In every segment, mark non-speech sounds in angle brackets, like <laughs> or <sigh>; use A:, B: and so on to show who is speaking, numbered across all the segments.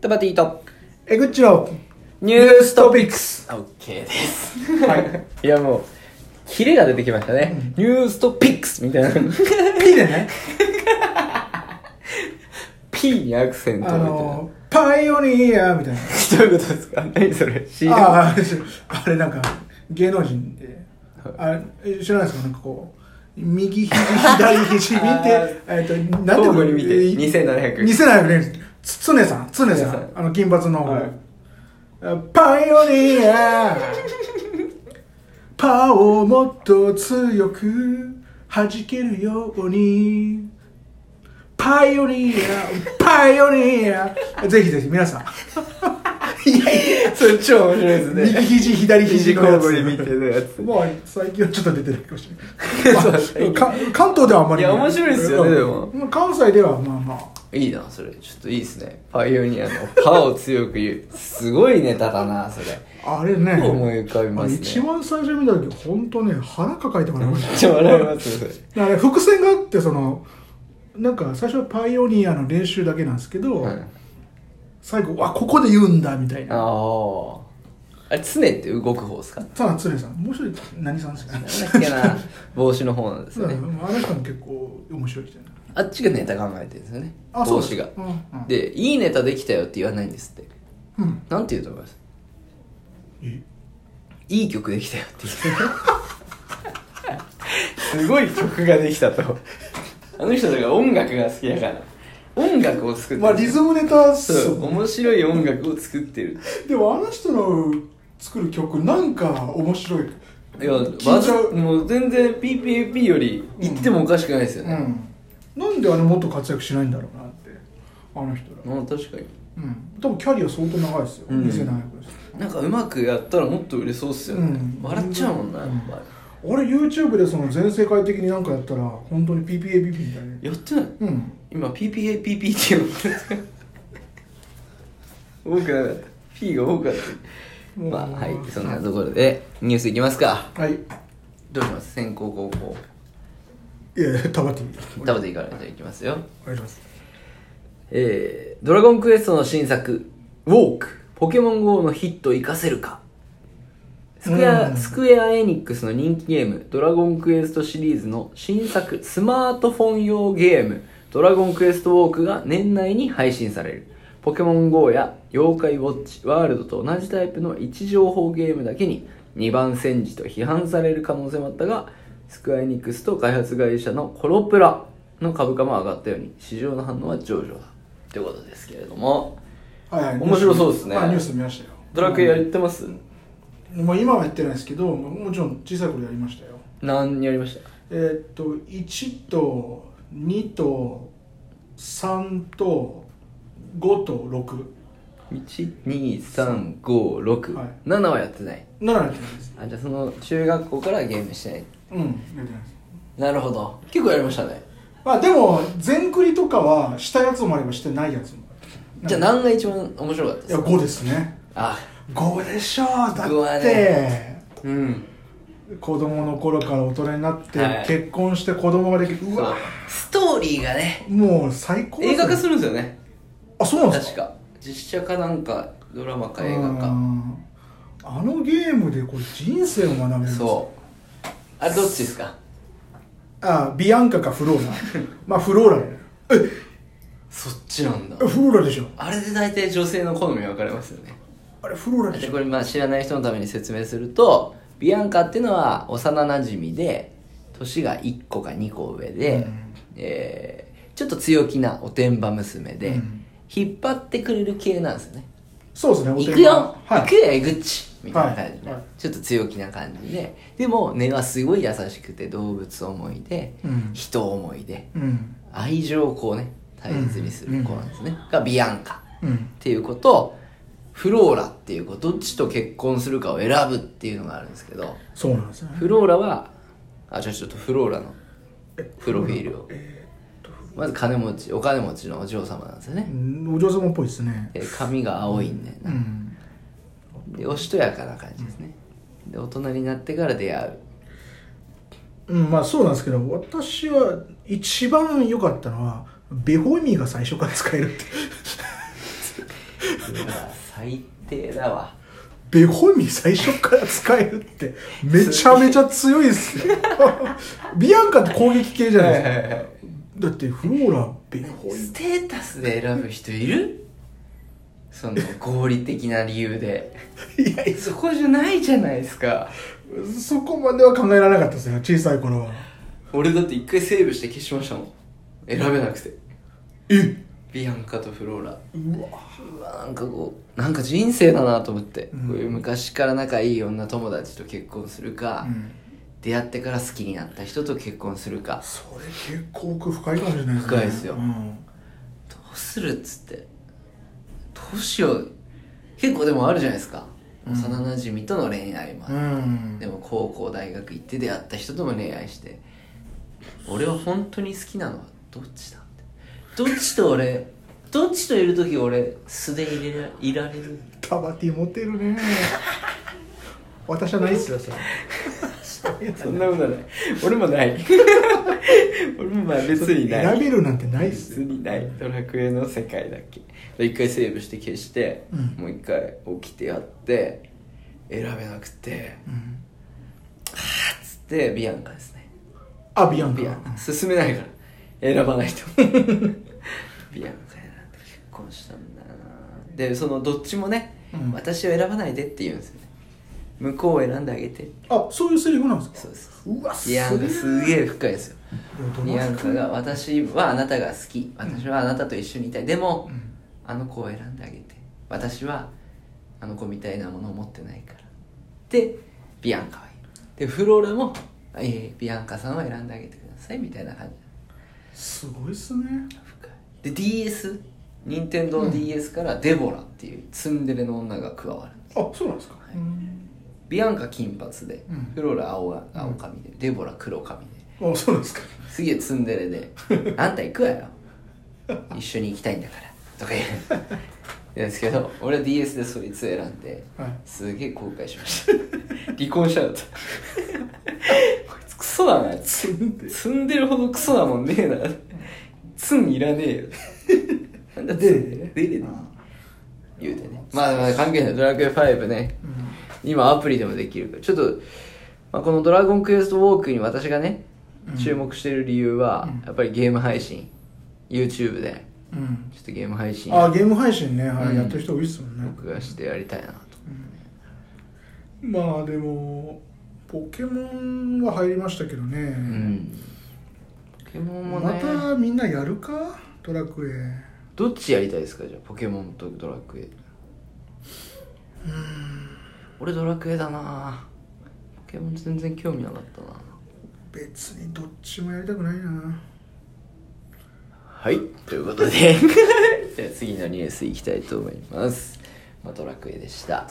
A: トバティと
B: えぐっちの
A: ニューストピック
B: ックス。
A: オッケーです。
B: はい。
A: いやもう、キレが出てきましたね。ニューストピックスみ <laughs> たいな。
B: P でね、
A: P にアクセント
B: あ
A: みたい
B: の、パイオニアみたいな。
A: な。どういうことですか何それ ?CM?
B: ああ、あれなんか、芸能人で、あれ、知らないですかなんかこう、右肘、左肘見て
A: あ、
B: えっと、な
A: 交
B: ん
A: 互に見て、2700。
B: 2700年つつねさんつねさ
A: つねさん
B: んあの金髪の、
A: はい
B: パイオニアパをもっと強く弾けるようにパイオニアパイオニアぜひぜひ皆さん
A: それ超面白いですね。
B: 右肘左肘のやつ
A: 交互に見てるやつ。
B: もう最近はちょっと出てないかもしれな
A: <laughs>
B: い
A: そう
B: まあ
A: 最近
B: か関東ではあんまり
A: いや面白いですよねでも
B: うん関西ではまあまあ
A: いいな、それ。ちょっといいですね。パイオニアのパを強く言う。すごいネタだな、それ。
B: あれね
A: 思い浮かび
B: あ
A: ま
B: れ
A: すね。
B: 一番最初見た時本当ね腹抱えてもらいま
A: めっ
B: し
A: ちゃ笑いますね、それ。
B: たあれ伏線があってそのなんか最初はパイオニアの練習だけなんですけど、
A: はい
B: 最後あここで言うんだみたいな
A: ああ。あれ、常って動く方ですか
B: ただ常さんもう一人何さんですかね
A: なんだっけな、帽子の方なんです
B: そう
A: よ
B: だ
A: ね
B: ね。あの人も結構面白いじゃない
A: あっちがネタ考えてるんですよね。
B: あそう
A: 帽
B: で
A: 子
B: す
A: が。
B: うんうん
A: で、いいネタできたよって言わないんですって。
B: うん
A: なんて言うと思います
B: え
A: いい曲できたよって言って。すごい曲ができたと。あの人だから音楽が好きだから。音楽を作ってる。
B: まあリズムネタっす
A: そ
B: よ
A: う、面白い音楽を作ってる。
B: でもあの人の作る曲なんか面白い
A: いや、
B: 緊張
A: バズ、もう全然 PPAP より言ってもおかしくないですよ
B: う
A: ね。
B: んなんであれもっと活躍しないんだろうなってあの人ら
A: まあ確かに。
B: うん、多分キャリア相当長いですよ、
A: うん
B: 見せないです
A: なんかうまくやったらもっと売れそうっすよね、
B: うん
A: 笑っちゃうもんな、
B: うん
A: やっぱ
B: 俺 YouTube でその全世界的になんかやったら本当に PPAPP みたいに
A: りやってない
B: うん
A: 今 PPAPP っていうの多くなかった P が多かった
B: もう
A: まあはいそんなところでニュースいきますか
B: はいい
A: どうします先行後攻
B: えタバティ
A: 食べていかないといきますよ
B: お願いします
A: えー、ドラゴンクエストの新作「ウォークポケモン GO」のヒットを生かせるかスクエア、
B: うん
A: スクエアエニックスの人気ゲーム「ドラゴンクエスト」シリーズの新作スマートフォン用ゲーム「ドラゴンクエストウォーク」が年内に配信されるポケモン GO や妖怪ウォッチワールドと同じタイプの位置情報ゲームだけに2番戦時と批判される可能性もあったがスクエアエニックスと開発会社のコロプラの株価も上がったように市場の反応は上々だということですけれども
B: はいはい
A: 面白そうですね
B: あニュース見ましたよ
A: ドラクエやってます、
B: もう今はやってないですけどももちろん小さい頃やりましたよ
A: 何やりました
B: えーっと1と2と3と5と6
A: ?12356、
B: はい
A: 7はやってない
B: ならやってないです
A: あじゃあその中学校からゲームしてない
B: うんやってないです
A: なるほど結構やりましたね
B: まあでも全クリとかはしたやつもあればしてないやつもある
A: じゃあ何が一番面白かったで
B: いや
A: すか
B: 5ですね
A: あ
B: 5でしょうだ
A: 5は
B: って
A: うん
B: 子供の頃から大人になって、
A: はい
B: 結婚して子供ができるう
A: そう
B: わ
A: ストーリーがね
B: もう最高です
A: 映
B: ね
A: 画化するんですよね
B: あそうなんです
A: 確か実写かなんかドラマか映画
B: う
A: か
B: んあのゲームでこう人生を学べるんです
A: そうあれどっちですか
B: あビアンカかフローラ
A: <laughs>
B: まあフローラだよ
A: そっちなんだ
B: えフローラでしょ
A: あれで大体女性の好み分かれますよね
B: あれフローラで
A: で
B: しょ
A: これまあ知らない人のために説明するとビアンカっていうのは幼なじみで年が1個か2個上で、
B: うん
A: えーちょっと強気なおてんば娘で、
B: うん
A: 引っ張ってくれる系なんですよね
B: そうですねお
A: 行
B: 手
A: く
B: 柄
A: よ、
B: はい
A: 行くよえぐっちみたいな感じで、
B: はいはい
A: ちょっと強気な感じででも根はすごい優しくて動物思いで、
B: うん
A: 人思いで
B: うん
A: 愛情をこうね大切にする子なんですね、がビアンカ
B: うん
A: っていうことフローラっていう子どっちと結婚するかを選ぶっていうのがあるんですけど
B: そうなんですよね
A: フローラはあじゃあちょっとフローラのプロフィールをまず金持ちお金持ちのお嬢様なんですよ
B: う
A: ね
B: んお嬢様っぽいですね
A: で髪が青いんだよ
B: う
A: な、
B: ん
A: でおしとやかな感じですねで大人になってから出会う
B: うんまあそうなんですけど私は一 <laughs> 番良かったのはベホイミーが最初から使えるって
A: うわ最低だわ
B: ベホミ最初から使えるってめちゃめちゃ強いっすよビアンカって攻撃系じゃないですか、だってフローラベホ
A: ス
B: ミ
A: テータスで選ぶ人いるその合理的な理由で
B: いやい
A: そこじゃないじゃないですか
B: やそこまでは考えられなかったですよ小さい頃は
A: 俺だって一回セーブして消しましたもん選べなくて
B: え
A: ビアンカとフローラ
B: うわ
A: うわなんかこうなんか人生だなと思って、
B: うん
A: こういう昔から仲いい女友達と結婚するか、
B: うん
A: 出会ってから好きになった人と結婚するか
B: それ結構奥深いかもしれないですね
A: 深いですよ
B: うん
A: どうするっつってどうしよう結構でもあるじゃないですか、
B: うん
A: 幼なじみとの恋愛もあ
B: う
A: る、
B: ん
A: でも高校大学行って出会った人とも恋愛して俺は本当に好きなのはどっちだってどっちと俺どっちといる時俺素でいれらいられる
B: タバティモテるね私はないっすよそれ
A: そんなことない俺もない <laughs> 俺もまあ別にない
B: 選べるなんてないっす
A: 別にないドラクエの世界だっけで一回セーブして消して、
B: うん
A: もう一回起きてやって選べなくて
B: うん
A: つってビアンカですね
B: あビアンカ
A: ビアンカ進めないから選ばないとビアンカやなって結婚したんだよなでそのどっちもね、
B: うん
A: 私を選ばないでって言うんですよね向こうを選んであげて
B: あそういうセリフなんですか
A: そうです
B: うわ
A: ビアンカすげえ深いですよ
B: ビ
A: ビア
B: ア
A: ン
B: ン
A: カ
B: カ
A: が
B: が
A: 私はあなたが好き私はあなたと一緒にいたいでも、あの子を選んであげて私はあの子みたいなものを持ってないからでビアンカはいいでフローラも、えービアンカさんは選んであげてくださいみたいな感じ
B: すごいっすね
A: 深いで DS 任天堂の DS からデボラっていうツンデレの女が加わる
B: あそうなんですか
A: ビアンカ金髪で、
B: うん
A: フローラ青が青髪で、デボラ黒髪で
B: あそうなんですか
A: すげえツンデレで
B: <laughs>
A: 「あんた行くわよ一緒に行きたいんだから」とか言う言うんですけど俺は DS でそいつ選んで、
B: はい
A: すげえ後悔しました離婚しちゃうとこいつクソだな
B: ツンデレ
A: ツンデレほどクソなもんねえなツンいらねえ
B: <laughs>
A: よなんだ
B: デレ
A: ツ
B: デ
A: ン
B: レ
A: デレデレ言うてねまあまあ関係ないドラクエ5ね今アプリでもできるからちょっと、まあ、この「ドラゴンクエストウォーク」に私がね
B: うん
A: 注目してる理由は、
B: うん
A: やっぱりゲーム配信 YouTube で
B: うん
A: ちょっとゲーム配信
B: あゲーム配信ねは
A: うん
B: いやってる人多いっすもんね
A: 録画してやりたいなと
B: まあでもポケモンは入りましたけど
A: う
B: ね
A: んポケモンも
B: ま
A: ね
B: たみんなやるかドラクエ
A: どっちやりたいですかじゃあポケモンとドラクエ俺ドラクエだなポケモン全然興味なかったな
B: 別にどっちもやりたくないな
A: はいということで <laughs> じゃあ次のニュースいきたいと思います、まあ、ドラクエでした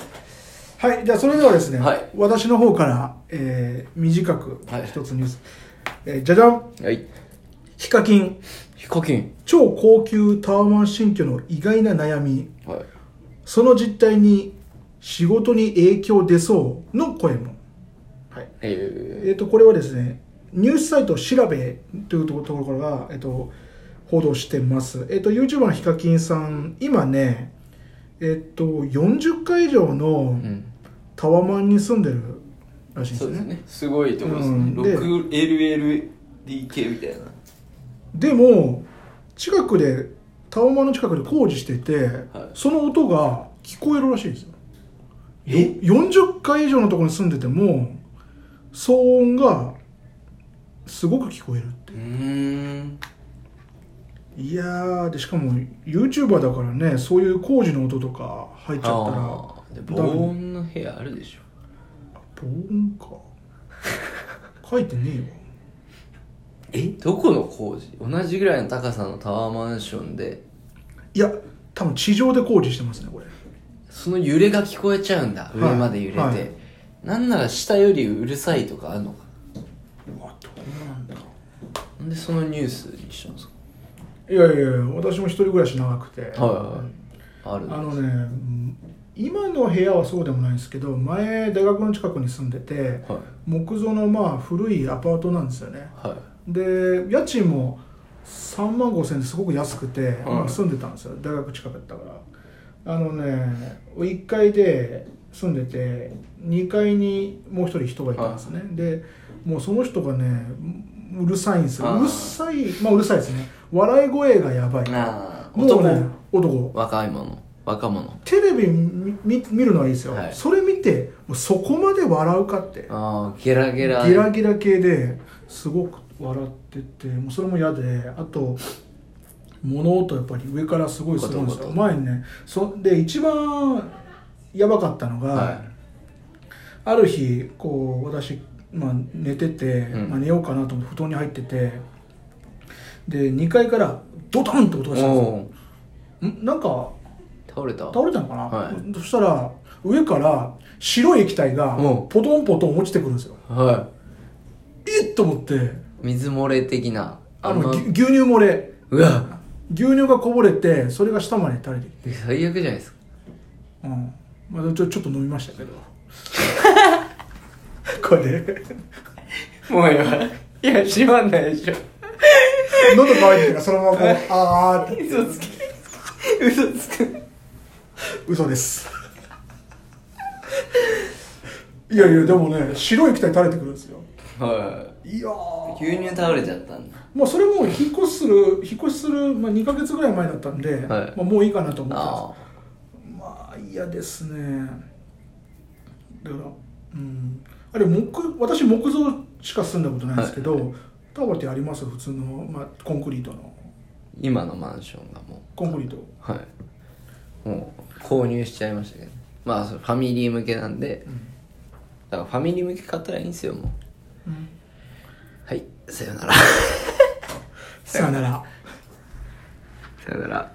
B: はい、じゃあそれではですね、
A: はい
B: 私の方から、えー短く
A: はい
B: 一つニュース、えーじゃじゃん
A: はい
B: ヒカキン
A: ヒカキン
B: 超高級タワマン新居の意外な悩み
A: はい
B: その実態に仕事に影響出そうの声も、はいえ
A: え
B: ー、とこれはですねニュースサイト調べというところが、えー、と報道してます、えー、と YouTuber のヒカキンさん今ねえっ、と40回以上の
A: ーうん
B: タワマンに住んでるらしいんです
A: そ
B: よ
A: うです
B: ね
A: ねすごいところですね
B: うんで
A: 6LLDK みたいな
B: でも近くでタワマンの近くで工事してて、
A: はい
B: その音が聞こえるらしいですよ
A: え
B: 40階以上のところに住んでても騒音がすごく聞こえるって
A: うん
B: いやーでしかも YouTuber だからねそういう工事の音とか入っちゃったら
A: あーで防
B: ダメ
A: 音の部屋あるでしょ
B: 防音か書いてねえわ
A: えどこの工事同じぐらいの高さのタワーマンションで
B: いや多分地上で工事してますねこれ
A: その揺れが聞こえちゃうんだ
B: はい
A: 上まで揺れて、
B: はい
A: なんなら下よりうるさいとかあるのか
B: うわどうなんだ
A: なんでそのニュースにしたんです
B: いやいやいや私も一人暮らし長くて
A: かはいはいはいある
B: あ
A: の
B: のねうん今の部屋はそうでもないんですけど前大学の近くに住んでて
A: は
B: 木造のまあ古いアパートなんですよね
A: いはい
B: で家賃も3万5千円ですごく安くて、
A: はい
B: まあ、住んでたんですよ大学近くだったからあのね1階で住んでて2階にもう一人人がいたんですね、でもうその人がねううるさいんです
A: あ
B: よ
A: ー
B: うるさいまあうるさいですね笑い声がやばい
A: なあ
B: もう
A: 男、
B: ね男
A: 若い者若者
B: テレビ見見見るのはいいですよ、
A: はい
B: それ見てもうそこまで笑うかって
A: ああゲラゲラ
B: ギラギラ系ですごく笑っててもうそれも嫌であと物音やっぱり上からすごいするんです
A: ことこ
B: よ
A: と
B: 前にねそで一番やばかったのが、
A: は
B: ある日こう私、まあ、寝てて、
A: うん
B: まあ、寝ようかなと思って布団に入っててで2階からドタンって音
A: い
B: がしたんですよ
A: おー
B: んなんか
A: 倒れた
B: 倒れたのかな、
A: はい
B: そしたら上から白い液体が
A: おう
B: ポトンポトン落ちてくるんですよ
A: は
B: えっと思って
A: い水漏れ的な
B: あ
A: んま
B: のぎ牛乳漏れ
A: うわ
B: 牛乳がこぼれてそれが下まで垂れてきて、
A: 最悪じゃないですか
B: うんまあ、ちょちょっと飲みましたけど <laughs> これ
A: もうやばいいや閉まんないでしょ
B: 喉乾いてるからそのままこう <laughs> あーって
A: 嘘つけ嘘つく
B: 嘘ですいやいやでもね白い液体垂れてくるんですよ
A: はい
B: やー
A: 牛乳倒れちゃったんだ
B: まあそれも引っ越しする引っ越しする、まあ、2か月ぐらい前だったんで、
A: はい
B: まあ、もういいかなと思ってたんです
A: あ
B: まあ嫌ですねだからうんあれ木私木造しか住んだことないんですけど、タワーってあります普通の、まあ、コンクリートの
A: 今のマンションがも
B: コンクリート
A: うはいもう購入しちゃいましたけどまあそれファミリー向けなんでだからファミリー向け買ったらいいんですよもう
B: うん
A: はいさよなら
B: さよなら
A: さよなら